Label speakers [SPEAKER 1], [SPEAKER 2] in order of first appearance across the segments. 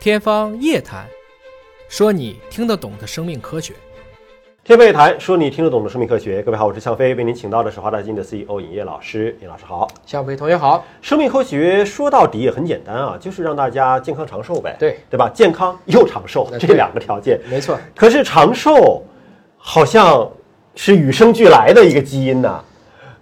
[SPEAKER 1] 天方夜谭，说你听得懂的生命科学。
[SPEAKER 2] 天贝谈说你听得懂的生命科学，各位好，我是向飞，为您请到的是华大基因的 CEO 尹烨老师，尹老师好。
[SPEAKER 3] 小北同学好，
[SPEAKER 2] 生命科学说到底也很简单啊，就是让大家健康长寿呗，
[SPEAKER 3] 对
[SPEAKER 2] 对吧？健康又长寿
[SPEAKER 3] 那
[SPEAKER 2] 这
[SPEAKER 3] 对
[SPEAKER 2] 两个条件，
[SPEAKER 3] 没错，
[SPEAKER 2] 可是长寿好像是与生俱来的一个基因呐、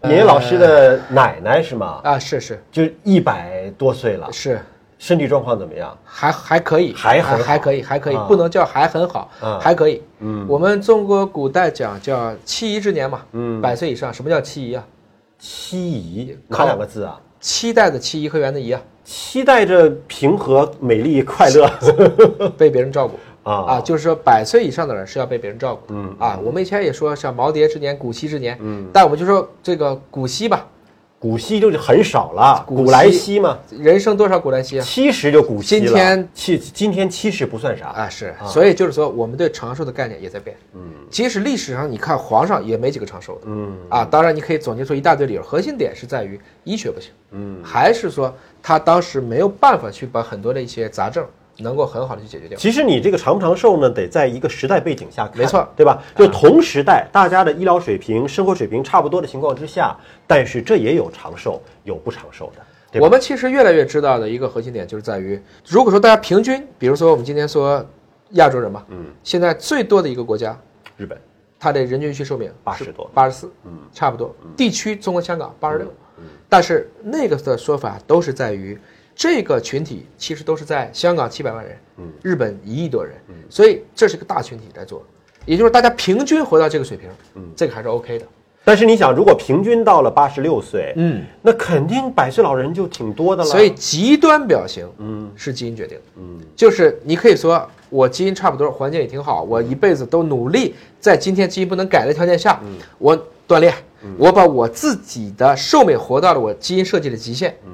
[SPEAKER 3] 呃
[SPEAKER 2] 尹烨老师的奶奶是吗？
[SPEAKER 3] 啊，是是
[SPEAKER 2] 就一百多岁了，
[SPEAKER 3] 是，
[SPEAKER 2] 身体状况怎么样？
[SPEAKER 3] 还还可以，
[SPEAKER 2] 还很
[SPEAKER 3] 还
[SPEAKER 2] 好
[SPEAKER 3] 还可以，还可以
[SPEAKER 2] 啊，
[SPEAKER 3] 不能叫还很好
[SPEAKER 2] 啊，
[SPEAKER 3] 还可以。
[SPEAKER 2] 嗯
[SPEAKER 3] 我们中国古代讲叫七姨之年嘛，
[SPEAKER 2] 嗯，
[SPEAKER 3] 百岁以上，什么叫七姨啊？
[SPEAKER 2] 七姨哪
[SPEAKER 3] 靠
[SPEAKER 2] 两个字啊？
[SPEAKER 3] 期待的期，颐和园的颐啊，
[SPEAKER 2] 期待着平和、美丽、快乐
[SPEAKER 3] 被别人照顾。
[SPEAKER 2] 啊
[SPEAKER 3] 啊，就是说百岁以上的人是要被别人照顾。
[SPEAKER 2] 嗯
[SPEAKER 3] 啊，我们以前也说像耄耋之年、古稀之年，
[SPEAKER 2] 嗯，
[SPEAKER 3] 但我们就说这个古稀吧，
[SPEAKER 2] 古稀就是很少了，
[SPEAKER 3] 古
[SPEAKER 2] 古来
[SPEAKER 3] 稀
[SPEAKER 2] 稀嘛，
[SPEAKER 3] 人生多少古来稀啊？
[SPEAKER 2] 七十就古稀了。
[SPEAKER 3] 今天
[SPEAKER 2] 七今天七十不算啥
[SPEAKER 3] 啊，是
[SPEAKER 2] 啊，
[SPEAKER 3] 所以就是说我们对长寿的概念也在变。
[SPEAKER 2] 嗯
[SPEAKER 3] 即使历史上你看皇上也没几个长寿的。
[SPEAKER 2] 嗯
[SPEAKER 3] 啊，当然你可以总结出一大堆理由，核心点是在于医学不行，
[SPEAKER 2] 嗯。
[SPEAKER 3] 还是说他当时没有办法去把很多的一些杂症能够很好的去解决掉？
[SPEAKER 2] 其实你这个长不长寿呢，得在一个时代背景下看，
[SPEAKER 3] 没错，啊
[SPEAKER 2] 对吧？就同时代大家的医疗水平、生活水平差不多的情况之下，但是这也有长寿，有不长寿的，对吧？
[SPEAKER 3] 我们其实越来越知道的一个核心点就是在于，如果说大家平均，比如说我们今天说亚洲人吧，
[SPEAKER 2] 嗯，
[SPEAKER 3] 现在最多的一个国家，
[SPEAKER 2] 日本
[SPEAKER 3] 它的人均预期寿命
[SPEAKER 2] 八十多，
[SPEAKER 3] 八十四，
[SPEAKER 2] 嗯，
[SPEAKER 3] 差不多。地区中国香港八十六，但是那个的说法都是在于这个群体其实都是在香港七百万人，
[SPEAKER 2] 嗯，
[SPEAKER 3] 日本一亿多人，所以这是个大群体在做，也就是大家平均回到这个水平，
[SPEAKER 2] 嗯，
[SPEAKER 3] 这个还是 OK 的，
[SPEAKER 2] 但是你想，如果平均到了八十六岁，
[SPEAKER 3] 嗯，
[SPEAKER 2] 那肯定百岁老人就挺多的了。
[SPEAKER 3] 所以，极端表型
[SPEAKER 2] 嗯
[SPEAKER 3] 是基因决定的。
[SPEAKER 2] 嗯
[SPEAKER 3] 就是你可以说我基因差不多，环境也挺
[SPEAKER 2] 嗯
[SPEAKER 3] 好，我一辈子都努力在今天基因不能改的条件下，
[SPEAKER 2] 嗯
[SPEAKER 3] 我锻炼，我把我自己的寿命活到了我基因设计的极限，
[SPEAKER 2] 嗯，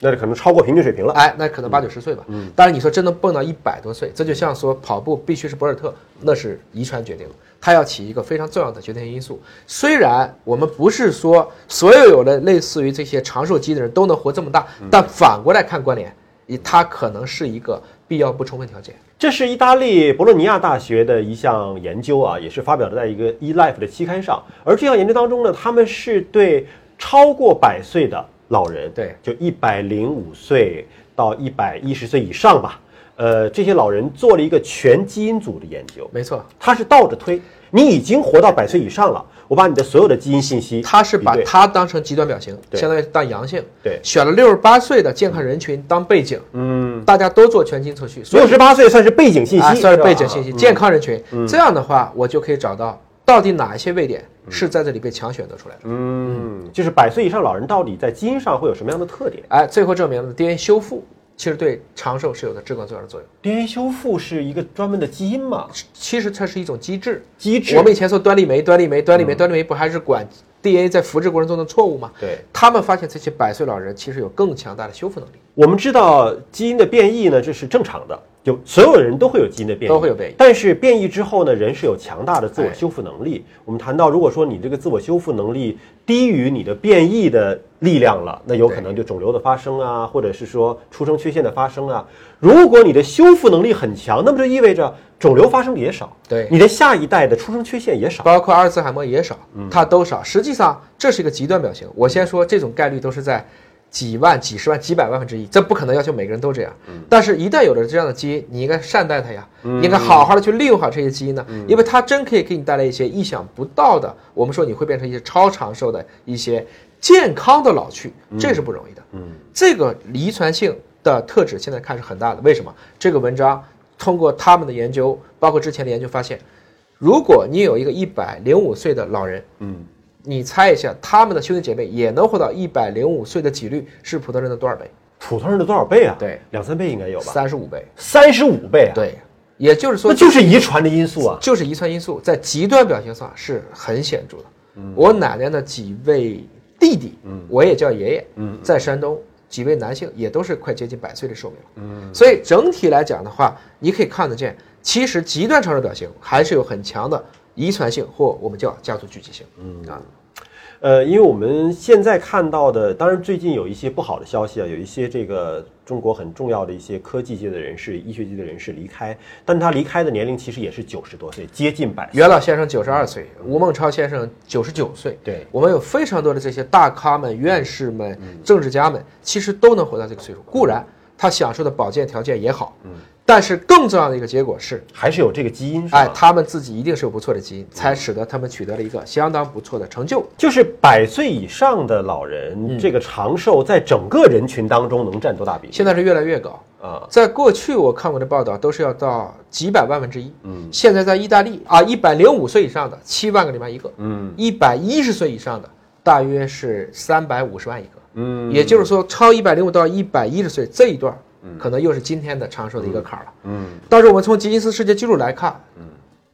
[SPEAKER 2] 那就可能超过平均水平了。
[SPEAKER 3] 哎，那可能八九十岁吧。
[SPEAKER 2] 嗯
[SPEAKER 3] 当然你说真能蹦到一百多岁，这就像说跑步必须是博尔特，那是遗传决定的，它要起一个非常重要的决定因素。虽然我们不是说所有有的类似于这些长寿基因的人都能活这么大，
[SPEAKER 2] 嗯
[SPEAKER 3] 但反过来看关联，以它可能是一个必要不充分条件。
[SPEAKER 2] 这是意大利博洛尼亚大学的一项研究啊，也是发表在一个《eLife》的期刊上。而这项研究当中呢，他们是对超过百岁的老人，
[SPEAKER 3] 对，
[SPEAKER 2] 就一百零五岁到一百一十岁以上吧，呃，这些老人做了一个全基因组的研究，
[SPEAKER 3] 没错，
[SPEAKER 2] 它是倒着推，你已经活到百岁以上了，我把你的所有的基因信息比对，
[SPEAKER 3] 他是把它当成极端表型，
[SPEAKER 2] 对
[SPEAKER 3] 相当于当阳性，
[SPEAKER 2] 对
[SPEAKER 3] 选了六十八岁的健康人群当背景，
[SPEAKER 2] 嗯。
[SPEAKER 3] 大家都做全基因测序，所以
[SPEAKER 2] 六十八岁算是背景信息，
[SPEAKER 3] 啊算是背景
[SPEAKER 2] 吧嗯
[SPEAKER 3] 信息，健康人群，这样的话我就可以找到到底哪一些位点是在这里被强选择出来的。
[SPEAKER 2] 嗯，就是百岁以上老人到底在基因上会有什么样的特点
[SPEAKER 3] 哎，最后证明了 DNA 修复其实对长寿是有着至关重要的作用，
[SPEAKER 2] ？DNA 修复是一个专门的基因嘛，
[SPEAKER 3] 其实它是一种机制。
[SPEAKER 2] 机制嗯
[SPEAKER 3] 我。们以前说端粒酶，端粒酶，端粒酶，端粒酶不还是管 DNA 在复制过程中的错误吗？
[SPEAKER 2] 对，
[SPEAKER 3] 他们发现这些百岁老人其实有更强大的修复能力。
[SPEAKER 2] 我们知道基因的变异呢，这是正常的，有所有人都会有基因的变异，
[SPEAKER 3] 都会有变异
[SPEAKER 2] 但是变异之后呢，人是有强大的自我
[SPEAKER 3] 哎
[SPEAKER 2] 修复能力。我们谈到，如果说你这个自我修复能力低于你的变异的力量了，那有可能就肿瘤的发生啊，或者是说出生缺陷的发生啊。如果你的修复能力很强，那么就意味着肿瘤发生的也少，
[SPEAKER 3] 对
[SPEAKER 2] 你的下一代的出生缺陷也少。嗯
[SPEAKER 3] 包括阿尔兹海默也少，它都少。实际上这是一个极端表型。我先说这种概率都是在几万、几十万、几百万分之一，这不可能要求每个人都这样。
[SPEAKER 2] 嗯
[SPEAKER 3] 但是，一旦有了这样的基因，你应该善待它呀，你应该好好的去利用好这些基因呢，
[SPEAKER 2] 嗯
[SPEAKER 3] 因为它真可以给你带来一些意想不到的。我们说你会变成一些超长寿的一些健康的老去，这是不容易的。
[SPEAKER 2] 嗯，
[SPEAKER 3] 这个遗传性的特质现在看是很大的。为什么？这个文章通过他们的研究，包括之前的研究发现，如果你有一个一百零五岁的老人，
[SPEAKER 2] 嗯，
[SPEAKER 3] 你猜一下，他们的兄弟姐妹也能活到一百零五岁的几率是普通人的多少倍？
[SPEAKER 2] 普通人的多少倍啊？
[SPEAKER 3] 对，
[SPEAKER 2] 两三倍应该有吧？
[SPEAKER 3] 三十五倍。
[SPEAKER 2] 三十五倍啊？，
[SPEAKER 3] 对，也就是说
[SPEAKER 2] 那，就是遗传的因素啊。
[SPEAKER 3] 就是遗传因素在极端表现上是很显著的。我奶奶的几位弟弟，我也叫爷爷，在山东几位男性也都是快接近百岁的寿命了。所以整体来讲的话，你可以看得见，其实极端长寿表型还是有很强的遗传性或我们叫家族聚集性。嗯啊，
[SPEAKER 2] 呃，因为我们现在看到的，当然最近有一些不好的消息啊，有一些这个中国很重要的一些科技界的人士、医学界的人士离开，但他离开的年龄其实也是九十多岁，接近百岁。
[SPEAKER 3] 袁老先生九十二岁，吴孟超先生九十九岁。
[SPEAKER 2] 对，嗯
[SPEAKER 3] 我们有非常多的这些大咖们、院士们、政治家们，其实都能活到这个岁数。固然他享受的保健条件也好，
[SPEAKER 2] 嗯
[SPEAKER 3] 但是更重要的一个结果是，
[SPEAKER 2] 还是有这个基因，是啊吧
[SPEAKER 3] 哎，他们自己一定是有不错的基因，才使得他们取得了一个相当不错的成就。
[SPEAKER 2] 就是百岁以上的老人，这个长寿在整个人群当中能占多大比例
[SPEAKER 3] 现在是越来越高。
[SPEAKER 2] 啊？
[SPEAKER 3] 在过去我看过的报道都是要到几百万分之一，
[SPEAKER 2] 嗯
[SPEAKER 3] 现在在意大利啊，一百零五岁以上的七万个里面一个，
[SPEAKER 2] 嗯
[SPEAKER 3] 一百一十岁以上的大约是三百五十万一个，
[SPEAKER 2] 嗯，
[SPEAKER 3] 也就是说超一百零五到一百一十岁这一段儿，可能又是今天的长寿的一个坎儿了。
[SPEAKER 2] 嗯
[SPEAKER 3] 但是我们从吉尼斯世界纪录来看，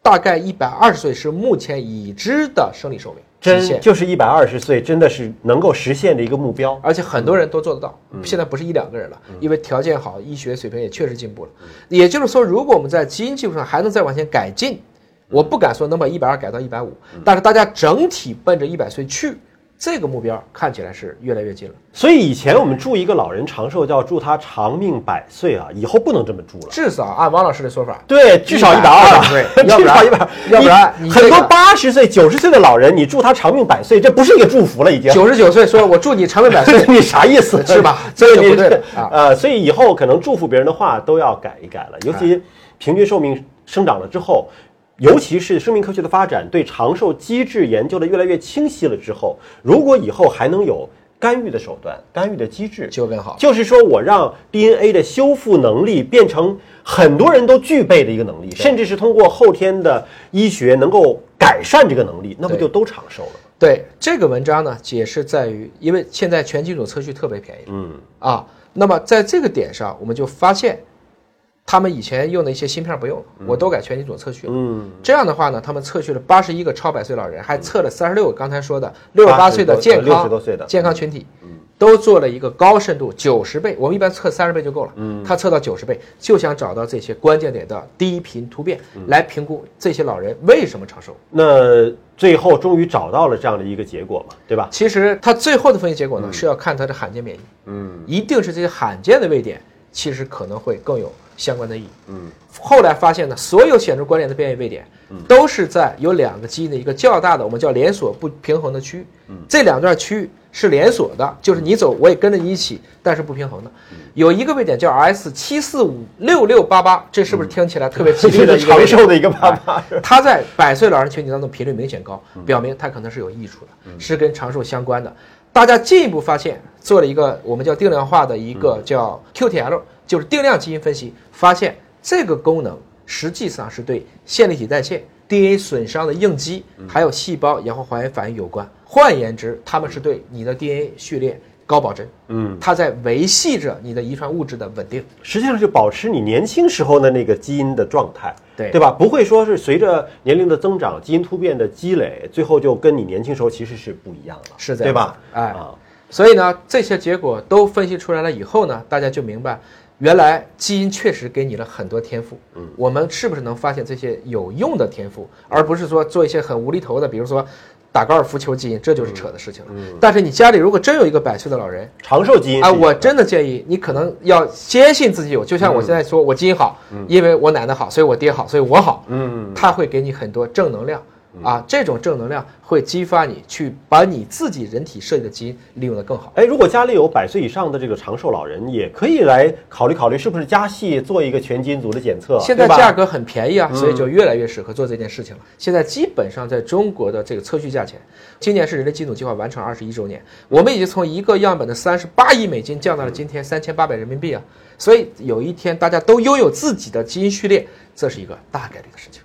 [SPEAKER 3] 大概一百二十岁是目前已知的生理寿命极
[SPEAKER 2] 真
[SPEAKER 3] 限，
[SPEAKER 2] 就是一百二十岁，真的是能够实现的一个目标。
[SPEAKER 3] 而且很多人都做得到。现在不是一两个人了，因为条件好，医学水平也确实进步了。也就是说，如果我们在基因技术上还能再往前改进，我不敢说能把一百二改到一百五，但是大家整体奔着一百岁去，这个目标看起来是越来越近了。
[SPEAKER 2] 所以以前我们祝一个老人长寿叫祝他长命百岁啊，以后不能这么祝了。
[SPEAKER 3] 至少按王老师的说法，
[SPEAKER 2] 对，至少一百
[SPEAKER 3] 120
[SPEAKER 2] 二，
[SPEAKER 3] 对要不
[SPEAKER 2] 至
[SPEAKER 3] 然
[SPEAKER 2] 少一百，
[SPEAKER 3] 要不然
[SPEAKER 2] 你
[SPEAKER 3] 你这
[SPEAKER 2] 很
[SPEAKER 3] 个
[SPEAKER 2] 多八十岁、九十岁的老人，你祝他长命百岁，这不是一个祝福了，已经。，
[SPEAKER 3] 九十九岁说我祝你长命百岁
[SPEAKER 2] 你啥意思
[SPEAKER 3] 是吧
[SPEAKER 2] 所
[SPEAKER 3] 这
[SPEAKER 2] 以
[SPEAKER 3] 就
[SPEAKER 2] 你
[SPEAKER 3] 不对了啊
[SPEAKER 2] 呃，所以以后可能祝福别人的话都要改一改了，啊尤其平均寿命生长了之后。尤其是生命科学的发展，对长寿机制研究的越来越清晰了之后，如果以后还能有干预的手段、干预的机制，
[SPEAKER 3] 就更好。
[SPEAKER 2] 就是说我让 DNA 的修复能力变成很多人都具备的一个能力，甚至是通过后天的医学能够改善这个能力，那不
[SPEAKER 3] 对
[SPEAKER 2] 就都长寿了？
[SPEAKER 3] 对这个文章呢，解释在于，因为现在全基因组测序特别便宜
[SPEAKER 2] 嗯
[SPEAKER 3] 啊，那么在这个点上，我们就发现，他们以前用的一些芯片不用了，我都改全基因组测序了。
[SPEAKER 2] 嗯，
[SPEAKER 3] 这样的话呢，他们测序了八十一个超百岁老人，还测了三十六个刚才说的六十八岁的健
[SPEAKER 2] 呃六十
[SPEAKER 3] 康
[SPEAKER 2] 多岁的
[SPEAKER 3] 健康群体，都做了一个高深度九十倍，我们一般测三十倍就够了，
[SPEAKER 2] 嗯
[SPEAKER 3] 他测到九十倍，就想找到这些关键点的低频突变，
[SPEAKER 2] 嗯
[SPEAKER 3] 来评估这些老人为什么长寿。
[SPEAKER 2] 那最后终于找到了这样的一个结果嘛，对吧？
[SPEAKER 3] 其实它最后的分析结果呢，是要看它的罕见免疫，
[SPEAKER 2] 嗯
[SPEAKER 3] 一定是这些罕见的位点，其实可能会更有相关的意义。
[SPEAKER 2] 嗯
[SPEAKER 3] 后来发现呢，所有显著关联的变异位点，都是在有两个基因的一个较大的，我们叫连锁不平衡的区域。
[SPEAKER 2] 嗯
[SPEAKER 3] 这两段区域是连锁的，就是你走我也跟着你一起，但是不平衡的。
[SPEAKER 2] 嗯
[SPEAKER 3] 有一个位点叫 S 七四五六六八八，这是不是
[SPEAKER 2] 嗯
[SPEAKER 3] 听起来特 别吉利的一个位
[SPEAKER 2] 长
[SPEAKER 3] 点
[SPEAKER 2] 寿的一个哎办法。
[SPEAKER 3] 它在百岁老人群体当中频率明显高，
[SPEAKER 2] 嗯
[SPEAKER 3] 表明它可能是有益处的，是跟长寿相关的。大家进一步发现，做了一个我们叫定量化的一
[SPEAKER 2] 嗯
[SPEAKER 3] 个叫 QTL，就是定量基因分析，发现这个功能实际上是对线粒体代谢、DNA 损伤的应激，
[SPEAKER 2] 嗯
[SPEAKER 3] 还有细胞氧化还原反应有关。换言之，它们是对你的 DNA 序列高保真，
[SPEAKER 2] 嗯，
[SPEAKER 3] 它在维系着你的遗传物质的稳定。
[SPEAKER 2] 实际上就保持你年轻时候的那个基因的状态，
[SPEAKER 3] 对
[SPEAKER 2] 对吧？不会说是随着年龄的增长、基因突变的积累，最后就跟你年轻时候其实是不一样了，
[SPEAKER 3] 是这
[SPEAKER 2] 对
[SPEAKER 3] 样
[SPEAKER 2] 吧？
[SPEAKER 3] 子哎
[SPEAKER 2] 啊，
[SPEAKER 3] 所以呢，这些结果都分析出来了以后呢，大家就明白，原来基因确实给你了很多天赋。嗯，我们是不是能发现这些有用的天赋，而不是说做一些很无厘头的，比如说打高尔夫球基因，这就是扯的事情了。但是你家里如果真有一个百岁的老人，
[SPEAKER 2] 长寿基因是
[SPEAKER 3] 哎，
[SPEAKER 2] 一个
[SPEAKER 3] 我真的建议你可能要坚信自己有，就像我现在说，我基因好，因为我奶奶好，所以我爹好，所以我好。
[SPEAKER 2] 嗯，
[SPEAKER 3] 它会给你很多正能量啊，这种正能量会激发你去把你自己人体设计的基因利用得更好。
[SPEAKER 2] 哎，如果家里有百岁以上的这个长寿老人，也可以来考虑考虑，是不是加戏做一个全基因组的检测，
[SPEAKER 3] 现在
[SPEAKER 2] 对吧嗯
[SPEAKER 3] 价格很便宜啊，所以就越来越适合做这件事情了。现在基本上在中国的这个测序价钱，今年是人类基因组计划完成二十一周年，我们已经从一个样本的三十八亿美金降到了今天三千八百人民币啊。所以有一天大家都拥有自己的基因序列，这是一个大概率的事情。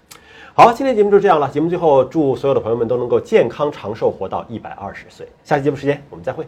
[SPEAKER 2] 好，今天节目就这样了。节目最后，祝所有的朋友们都能够健康长寿，活到一百二十岁。下期节目时间我们再会。